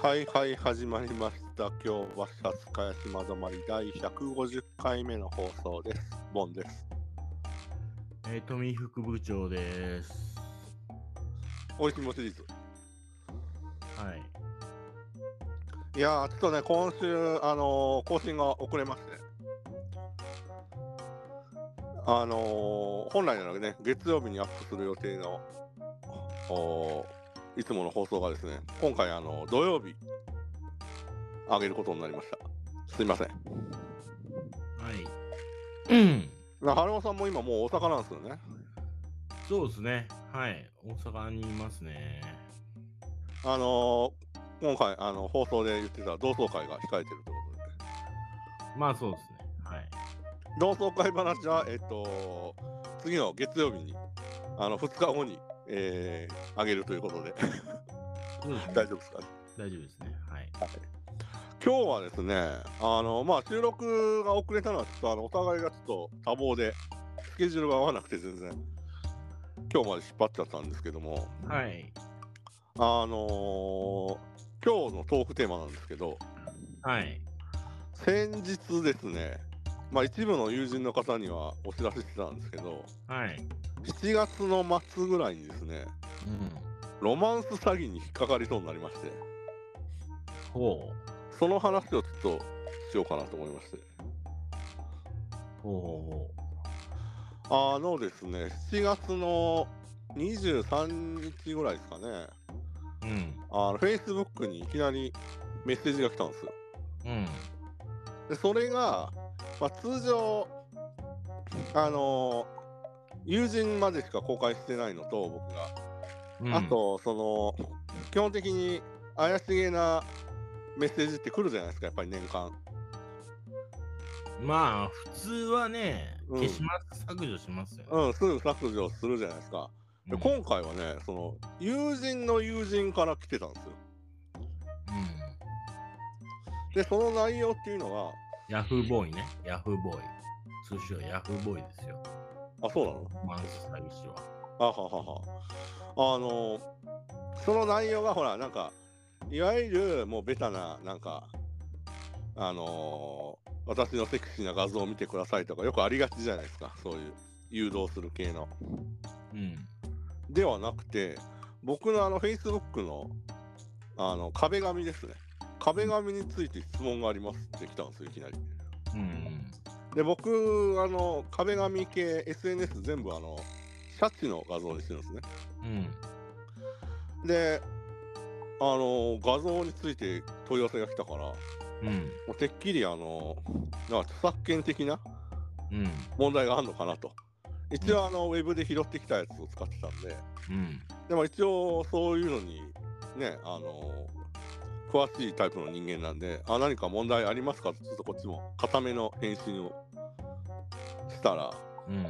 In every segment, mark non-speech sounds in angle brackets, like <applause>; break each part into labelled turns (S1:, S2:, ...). S1: はいはい始まりました今日は「さすかや島止まり」第150回目の放送ですボンです
S2: えー、富井副部長です。
S1: おいしもシリーズ
S2: はい。
S1: いやーちょっとね今週あのー更新が遅れましてあのー本来ならね月曜日にアップする予定のおーいつもの放送がですね今回あの土曜日上げることになりましたすいません
S2: はい。うん。
S1: な春馬さんも今もう大阪なんですよね
S2: そうですね。はい。大阪にいますね。
S1: あのー今回あの放送で言ってた同窓会が控えてるってことで、
S2: まあそうですね。はい。
S1: 同窓会話は、えっと、次の月曜日に、あの2日後に、えー、あげるということで、
S2: そうですね
S1: 大丈夫ですかね。
S2: 大丈夫ですね。はい。
S1: 今日はですね、あのまあ、収録が遅れたのは、ちょっとあのお互いがちょっと多忙で、スケジュールが合わなくて、全然、今日まで引っ張っちゃったんですけども、
S2: はい。
S1: あのー今日のトークテーマなんですけど、
S2: はい。
S1: 先日ですね、まあ、一部の友人の方にはお知らせしてたんですけど
S2: はい。
S1: 7月の末ぐらいにですね
S2: うん。
S1: ロマンス詐欺に引っかかりそうになりまして
S2: ほ
S1: その話をちょっとしようかなと思いまして
S2: う。ほう
S1: あのですね7月の23日ぐらいですかね
S2: ほうほう。うん。
S1: あの Facebook にいきなりメッセージが来たんですよ
S2: うん。
S1: でそれが、まあ、通常あの友人までしか公開してないのと僕が
S2: うん
S1: あ。と、その、基本的に怪しげなメッセージって来るじゃないですか、やっぱり年間。
S2: まあ普通はね、
S1: うん
S2: 消します、削除しますよね。
S1: うん、すぐ削除するじゃないですか。で、
S2: うん
S1: 今回はね、その、友人の友人から来てたんですよ。
S2: うん。
S1: で、その内容っていうの
S2: ヤフーボーイね。ヤフーボーイ。通称ヤフーボーイですよ。
S1: が、あ、そうなの
S2: マンス詐欺師は。
S1: あははは。あの、その内容がほら、なんか、いわゆるもうベタな、なんか、あのー私のセクシーな画像を見てくださいとか、よくありがちじゃないですか、そういう誘導する系の。
S2: うん。
S1: ではなくて僕のあの Facebook のあの壁紙ですね壁紙について質問がありますって来たんですよいきなり
S2: うん。
S1: で僕あの壁紙系 SNS 全部あのシャチの画像にしてるんですね
S2: うん。
S1: であの画像について問い合わせが来たからも
S2: うん。
S1: うてっきりあのなんか著作権的な
S2: うん。
S1: 問題があるのかなと一応あのウェブで拾ってきたやつを使ってたんで
S2: うん。
S1: でも一応そういうのにねあの詳しいタイプの人間なんであ何か問題ありますかってちょっとこっちも固めの返信をしたら
S2: うん。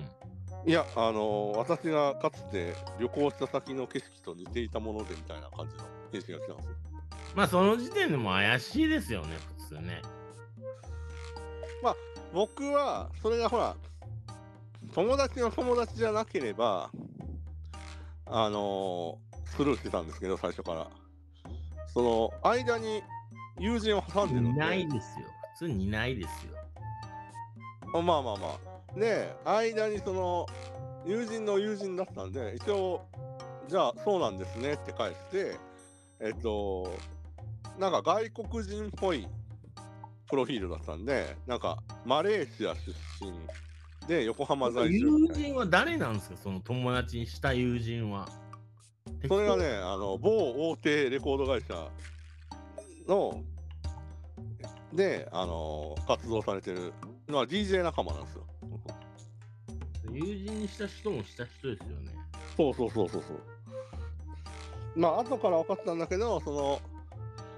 S1: いやあの私がかつて旅行した先の景色と似ていたものでみたいな感じの返信が来たんですよ
S2: まあその時点でもう怪しいですよね、普通ね。
S1: 僕はそれがほら友達の友達じゃなければあのスルーしてたんですけど最初からその間に友人を挟んでるん
S2: い
S1: で
S2: ないですよ。普通にいないですよ。
S1: あまあまあまあ。で、間にその友人の友人だったんで、一応、じゃあそうなんですねって返して、えっと、なんか外国人っぽいプロフィールだったんで、なんかマレーシア出身で横浜在住み
S2: 友
S1: たいな。
S2: 人は誰なんですか、その友達にした友人は。
S1: それがね、あの某大手レコード会社ので、あの活動されてる、まあ、DJ 仲間なんですよ。
S2: 適当。友人にした人もした人ですよね。
S1: そうそうそうそうそう。まあ後から分かったんだけど、その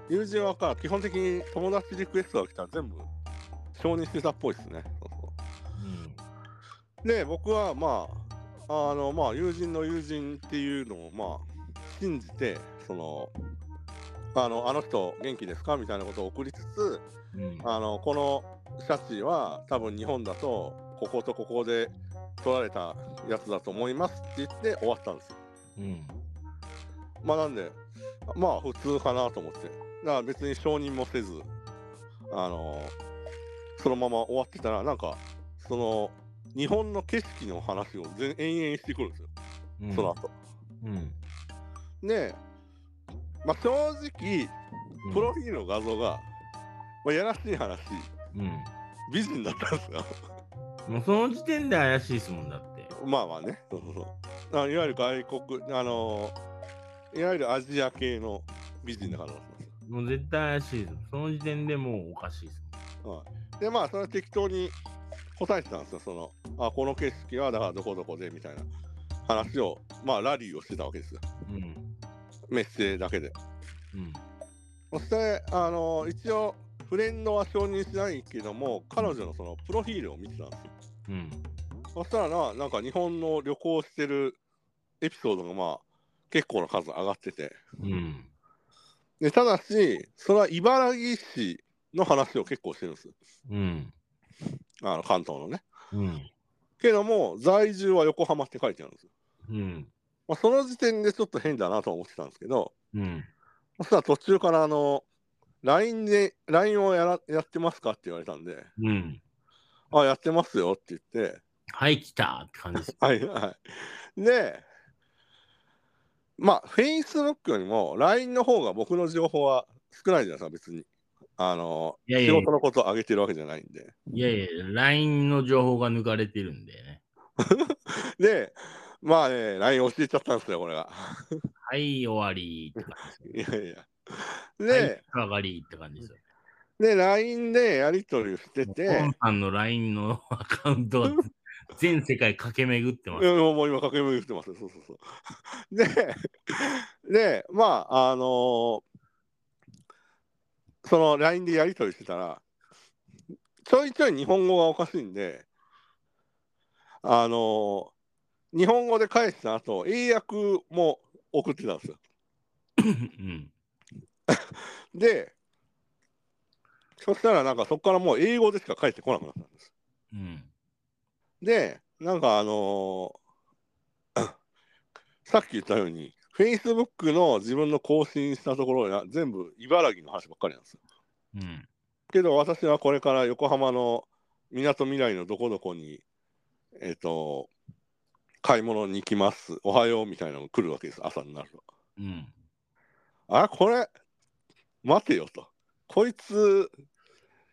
S1: 友人はか基本的に友達リクエストが来たら全部承認してたっぽいですね。そうそ
S2: うん。
S1: うで僕はまああのまあ友人の友人っていうのをまあ信じてその。あのあの人元気ですかみたいなことを送りつつ
S2: うん、
S1: あのこのシャチは多分日本だとこことここで取られたやつだと思いますって言って終わったんですよ
S2: うん。
S1: まあなんで、まあ普通かなと思って。から別に承認もせず、あのそのまま終わってたら、なんか、その、日本の景色の話を全延々してくるんですよ、
S2: うん
S1: その後。
S2: うん。
S1: で、まあ、正直、プロフィールの画像が、まあ、やらしい話、
S2: うん。
S1: 美人だったんですよ。 <laughs>
S2: もうその時点で怪しいですもんだって。
S1: まあまあね、そうそうそうあいわゆる外国、あのいわゆるアジア系の美人だからなんですよ
S2: もう絶対怪しいです。その時点でもうおかしいです
S1: でまあそれは適当に答えてたんですよそのあこの景色はだからどこどこでみたいな話をまあラリーをしてたわけですよ
S2: もん。うん。
S1: メッセージだけで
S2: うん。
S1: そしてあの一応フレンドは承認しないけども彼女のそのプロフィールを見てたんですよ
S2: うん。
S1: そしたらななんか日本の旅行してるエピソードがまあ結構な数上がってて
S2: うん。
S1: でただしそれは茨城市の話を結構してるんです
S2: うん。
S1: あの関東のね
S2: うん。
S1: けども在住は横浜って書いてあるんですよ
S2: うん。
S1: まあ、その時点でちょっと変だなと思ってたんですけど、
S2: うん。
S1: そしたら途中からあの、LINE で、LINE をやらやってますかって言われたんで、
S2: うん。
S1: あ、やってますよって言って、
S2: はい、来たって感じです。
S1: はいはい。で、まあ、Facebook よりも LINE の方が僕の情報は少ないじゃないですか、別に。あの、
S2: いや
S1: <laughs>
S2: い
S1: 仕
S2: やい
S1: 事のことを上げてるわけじゃないんで。
S2: や、いやいや、LINE の情報が抜かれてるんでね。
S1: で、まあね、LINE 教えちゃったんですよ、これが。 <laughs>
S2: はい、終わりって感じ
S1: い
S2: で
S1: やいや。
S2: す。
S1: で、
S2: はい、上がりって感じですよ。
S1: で、LINE でやり取りをしてて、
S2: コンさんの LINE のアカウントは <laughs> 全世界駆け巡ってま
S1: い
S2: す。
S1: やもうもう今駆け巡ってますよそうそうそう。 <laughs> で、で、まあ、あのーその LINE でやり取りしてたら、ちょいちょい日本語がおかしいんで、あのー日本語で返した後、英訳も送ってたんですよ。
S2: うん。
S1: で、そしたらなんかそこからもう英語でしか返ってこなくなったんです。
S2: うん。
S1: で、なんかあのー <coughs> さっき言ったように、Facebook の自分の更新したところや全部茨城の話ばっかりなんですよ。
S2: うん。
S1: けど私はこれから横浜のみなとみらいのどこどこに、えっ、と、買い物に行きます。おはようみたいなのが来るわけです、朝になると。
S2: うん。
S1: あ、これ、待てよと。こいつ、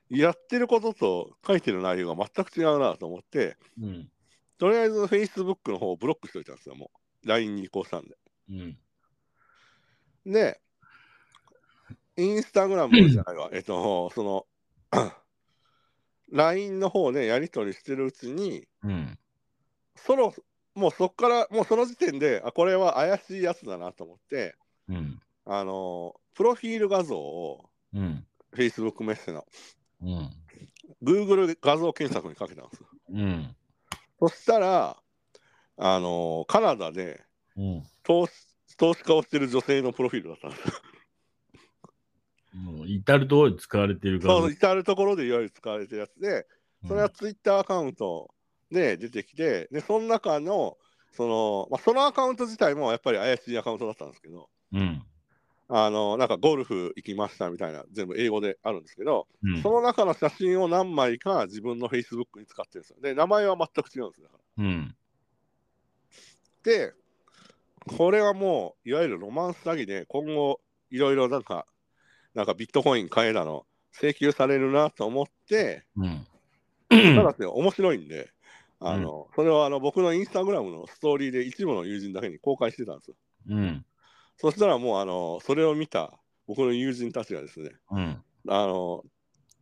S1: やってることと書いてる内容が全く違うなと思って、
S2: うん。
S1: とりあえず Facebook の方をブロックしといたんですよ、もう。LINE に移行したんで。
S2: うん。
S1: で、インスタグラムじゃないわ、えっと、その、LINE の方でやり取りしてるうちに、
S2: うん。
S1: そろ、もうそこから、もうその時点で、あ、これは怪しいやつだなと思って、
S2: うん。
S1: あの、プロフィール画像を
S2: うん。
S1: Facebook メッセの
S2: うん。
S1: Google 画像検索にかけたんですよ。
S2: うん。
S1: そしたら、あの、カナダで
S2: うん。
S1: 投資投資家をしてる女性のプロフィールだったんですよ
S2: もう至る所で使われてるから。
S1: そう至る所でいわゆる使われてるやつで、それはツイッターアカウントで出てきて、でその中のその,、まあ、そのアカウント自体もやっぱり怪しいアカウントだったんですけど、
S2: うん。
S1: あのなんかゴルフ行きましたみたいな、全部英語であるんですけど、
S2: うん。
S1: その中の写真を何枚か自分の Facebook に使ってるんですよ。で、名前は全く違うんですよ。だか
S2: うん。
S1: らで、これはもういわゆるロマンス詐欺で、今後いろいろなんか、なんかビットコイン買えだの請求されるなと思って、
S2: うん。
S1: ただって面白いんで、あの、それはあの僕のインスタグラムのストーリーで一部の友人だけに公開してたんですよ。
S2: うん。
S1: そしたらもうあの、それを見た僕の友人たちがですね、
S2: うん。
S1: あの、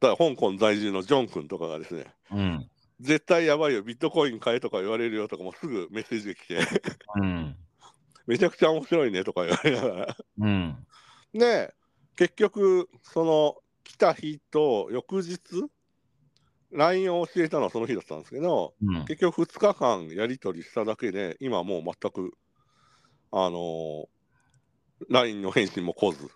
S1: だから香港在住のジョン君とかがですね、
S2: うん。
S1: 絶対やばいよ、ビットコイン買えとか言われるよとかもうすぐメッセージが来て、 <laughs>
S2: うん。
S1: めちゃくちゃ面白いねとか言われながら。
S2: うん。
S1: で、結局、その来た日と翌日、LINE を教えたのはその日だったんですけど、
S2: うん。
S1: 結局2日間やり取りしただけで今もう全くあのー LINE の返信も来ず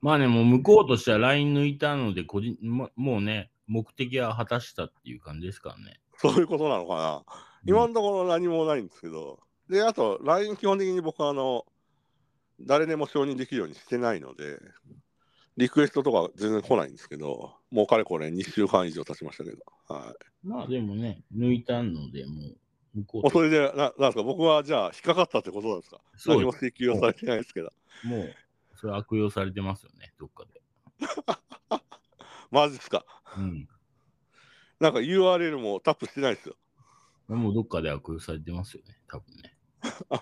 S2: まあね、もう向こうとしては LINE 抜いたので個人、ま、もうね、目的は果たしたっていう感じですからね。
S1: そういうことなのかな今のところ何もないんですけど、であと LINE 基本的に僕はあの誰でも承認できるようにしてないのでリクエストとか全然来ないんですけど、もうかれこれ2週間以上経ちましたけど、はい。
S2: まあでもね、抜いたので、もう、向こう
S1: も
S2: と
S1: うそれで、ななんですか、僕はじゃあ、引っかかったってことなんですか。
S2: そう
S1: 何
S2: で
S1: も請求はされてないですけど、
S2: すもう、それ悪用されてますよね、どっかで。
S1: マジっすか。
S2: うん。
S1: なんか URL もタップしてないですよ。
S2: もうどっかで悪用されてますよね、多分ね。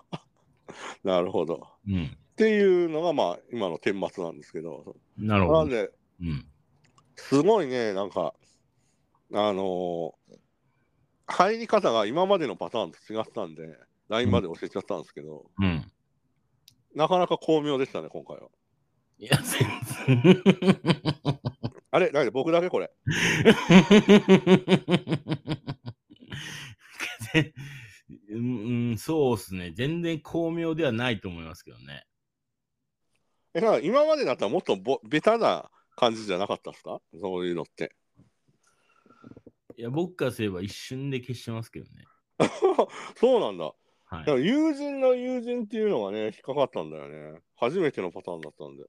S1: なるほど。
S2: うん。
S1: っていうのが、まあ、今の顛末なんですけど、
S2: なる
S1: な
S2: ほ
S1: ん
S2: ど。
S1: で、
S2: うん。
S1: すごいね、なんか、あのー入り方が今までのパターンと違ったんで、LINE まで教えちゃったんですけど、
S2: うん。
S1: なかなか巧妙でしたね、今回は。
S2: いや、全然。 <laughs>
S1: あれなんで僕だけこれ。
S2: うん、そうっすね。全然巧妙ではないと思いますけどね。
S1: え、なんか今までだったらもっとぼベタな感じじゃなかったですかそういうのって。 <laughs>
S2: いや、僕からすれば一瞬で消してますけどね。
S1: そうなんだ。
S2: はい
S1: で。も友人の友人っていうのがね、引っかかったんだよね。初めてのパターンだったんで。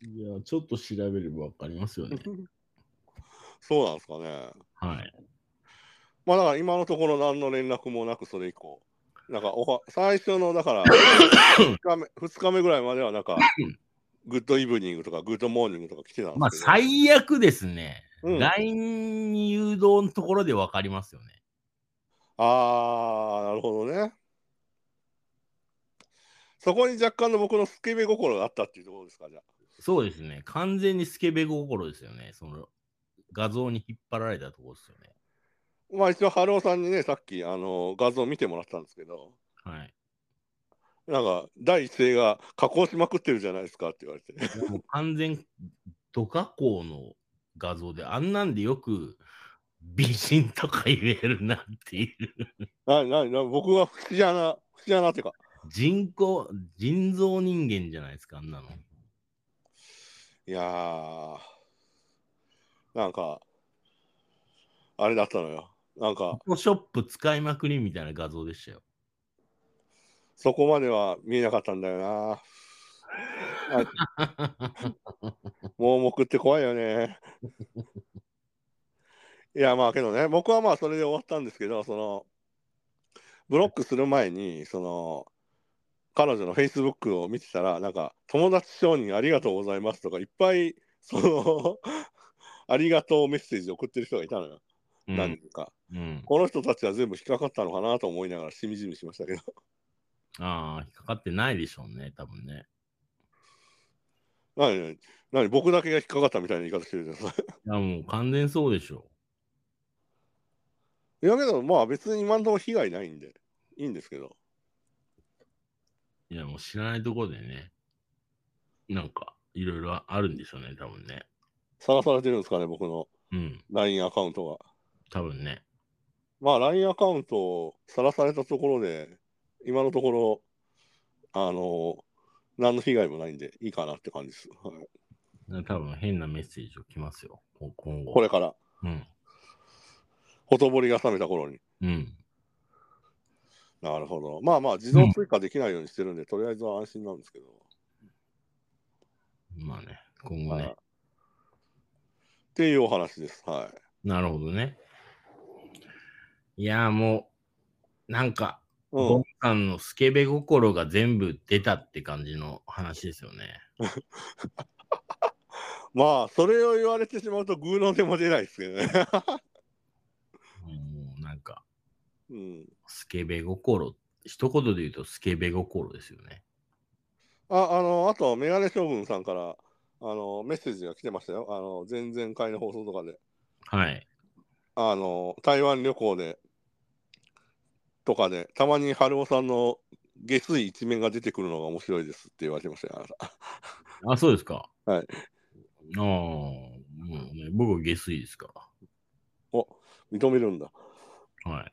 S2: いや、ちょっと調べればわかりますよね。
S1: <laughs> そうなんですかね。
S2: はい。
S1: まあだから今のところ何の連絡もなくそれ以降。なんかおは最初のだ
S2: <coughs>
S1: から 2, 日目2日目ぐらいまではなんかグッドイブニングとかグッドモーニングとか来てたん
S2: まあ、
S1: ですけど、
S2: 最悪ですね。
S1: うん、あ
S2: LINE に誘導のところでわかりますよね。
S1: あーなるほどねそこに若干の僕のスケベ心があったっていうところですかじゃあ
S2: そうですね。完全にスケベ心ですよね。その画像に引っ張られたところですよね。
S1: まあ一応春尾さんにねさっきあの画像見てもらったんですけど
S2: はい。
S1: なんか第一声が加工しまくってるじゃないですかって言われて <laughs>
S2: いやもう完全、ド加工の画像で、あんなんでよく美人とか言えるなっていう。
S1: ななな僕は不思議な不思議なっていうか
S2: 人工、人造人間じゃないですか、あんなの。
S1: いやー、なんか、あれだったのよ。なんか、
S2: フォトショップ使いまくりみたいな画像でしたよ。
S1: そこまでは見えなかったんだよな。盲目って怖いよ
S2: <laughs>
S1: ね。いや、まあけどね、僕はまあそれで終わったんですけど、その、ブロックする前に、その、彼女の Facebook を見てたら、なんか、友達承認ありがとうございますとか、いっぱい、その、ありがとうメッセージ送ってる人がいたのよ。
S2: うん
S1: 何人か。
S2: うん、
S1: この人たちは全部引っかかったのかなと思いながらしみじみしましたけど、
S2: ああ、引っかかってないでしょうね、多分ね。
S1: 何何何僕だけが引っかかったみたいな言い方してるじゃん。 <laughs> それ
S2: いや、もう完全そうでしょ
S1: いやけど、まあ別に今のところ被害ないんで、いいんですけど。
S2: う。いや、もう知らないところでね、なんか、いろいろあるんでしょうね、多分ね。
S1: さらされてるんですかね、僕の
S2: うん、
S1: LINE アカウントが。
S2: 多分ね。
S1: まあ LINE アカウントをさらされたところで、今のところ、あの、何の被害もないんでいいかなって感じです。はい
S2: な多分変なメッセージを来ますよ、こ今後。
S1: これから、
S2: うん。
S1: ほとぼりが冷めた頃に。
S2: うん。
S1: なるほど。まあまあ自動追加できないようにしてるんで、とりあえずは安心なんですけど。
S2: まあね、今後
S1: はい
S2: ね
S1: っ。ていうお話です。はい。
S2: なるほどね。いや、もう、なんか、
S1: うん
S2: ゴンさんのスケベ心が全部出たって感じの話ですよね。
S1: まあそれを言われてしまうとグーの手も出ないですけどね。 <laughs>
S2: もうなんか、
S1: うん、
S2: スケベ心、一言で言うとスケベ心ですよね。
S1: ああのあとメガネ将軍さんからあのメッセージが来てましたよ。あの前々回の放送とかで
S2: はい。
S1: あの台湾旅行でとかでたまに春雄さんの下水一面が出てくるのが面白いですって言われてましたよ。あなた
S2: あ、そうですか。
S1: はい。
S2: ああ、もうね、僕は下水ですか
S1: <laughs> 認めるんだ。
S2: ら。はい。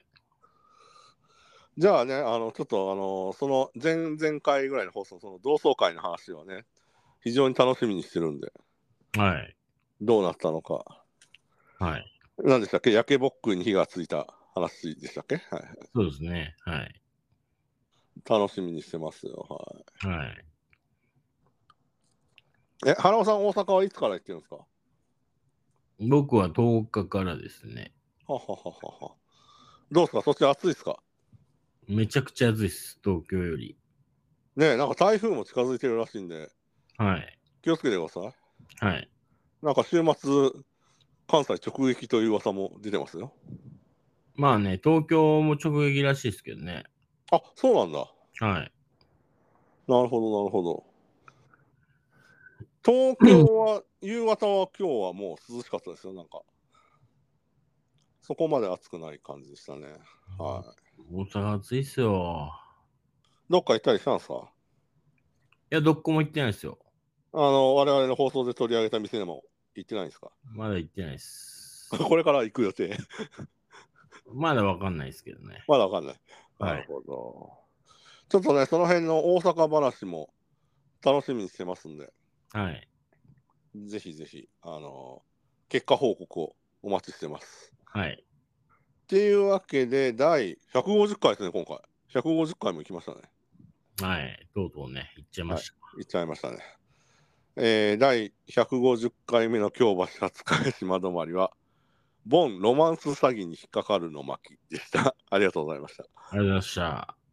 S1: じゃあね、あの、ちょっと、あの、その前々回ぐらいの放送、その同窓会の話はね、非常に楽しみにしてるんで、
S2: はい。
S1: どうなったのか。
S2: はい。
S1: 何でしたっけ焼けぼっくに火がついた話でしたっけ、はい、
S2: そうですね。はい。
S1: 楽しみにしてますよ。はい。
S2: はい。
S1: え、花尾さん、大阪はいつから行ってるんですかは
S2: 僕は10日からですね。
S1: はははは。どうですかそっち暑いですか
S2: めちゃくちゃ暑いです、東京より。
S1: ねえ、なんか台風も近づいてるらしいんで、
S2: はい。
S1: 気をつけてください。
S2: はい。
S1: なんか週末、関西直撃という噂も出てますよ。
S2: まあね、東京も直撃らしいですけどね。
S1: あ、そうなんだ。
S2: はい。
S1: なるほど、なるほど。東京は、夕方は今日はもう涼しかったですよ、なんか。そこまで暑くない感じでしたね。は
S2: 大阪暑いっすよ。
S1: い。どっか行ったりしたんですか
S2: いや、どっこも行ってないですよ。
S1: あの、我々の放送で取り上げた店でも行ってないんですか <laughs>
S2: まだ行ってないです。
S1: これから行く予定。 <laughs>
S2: まだわかんないですけどね。
S1: まだわかんない。
S2: はい
S1: なるほど。ちょっとね、その辺の大阪話も楽しみにしてますんで、
S2: はい。
S1: ぜひぜひ、あの結果報告をお待ちしてます。
S2: はい。
S1: っていうわけで、第150回ですね、今回。150回も行きましたね。
S2: はい。とうとうね、行っちゃいまし
S1: 行っちゃいましたね。えー第150回目の京橋初返し窓まりは、ボンロマンス詐欺に引っかかるの巻でした。ありがとうございました。
S2: た。ありがとうございました。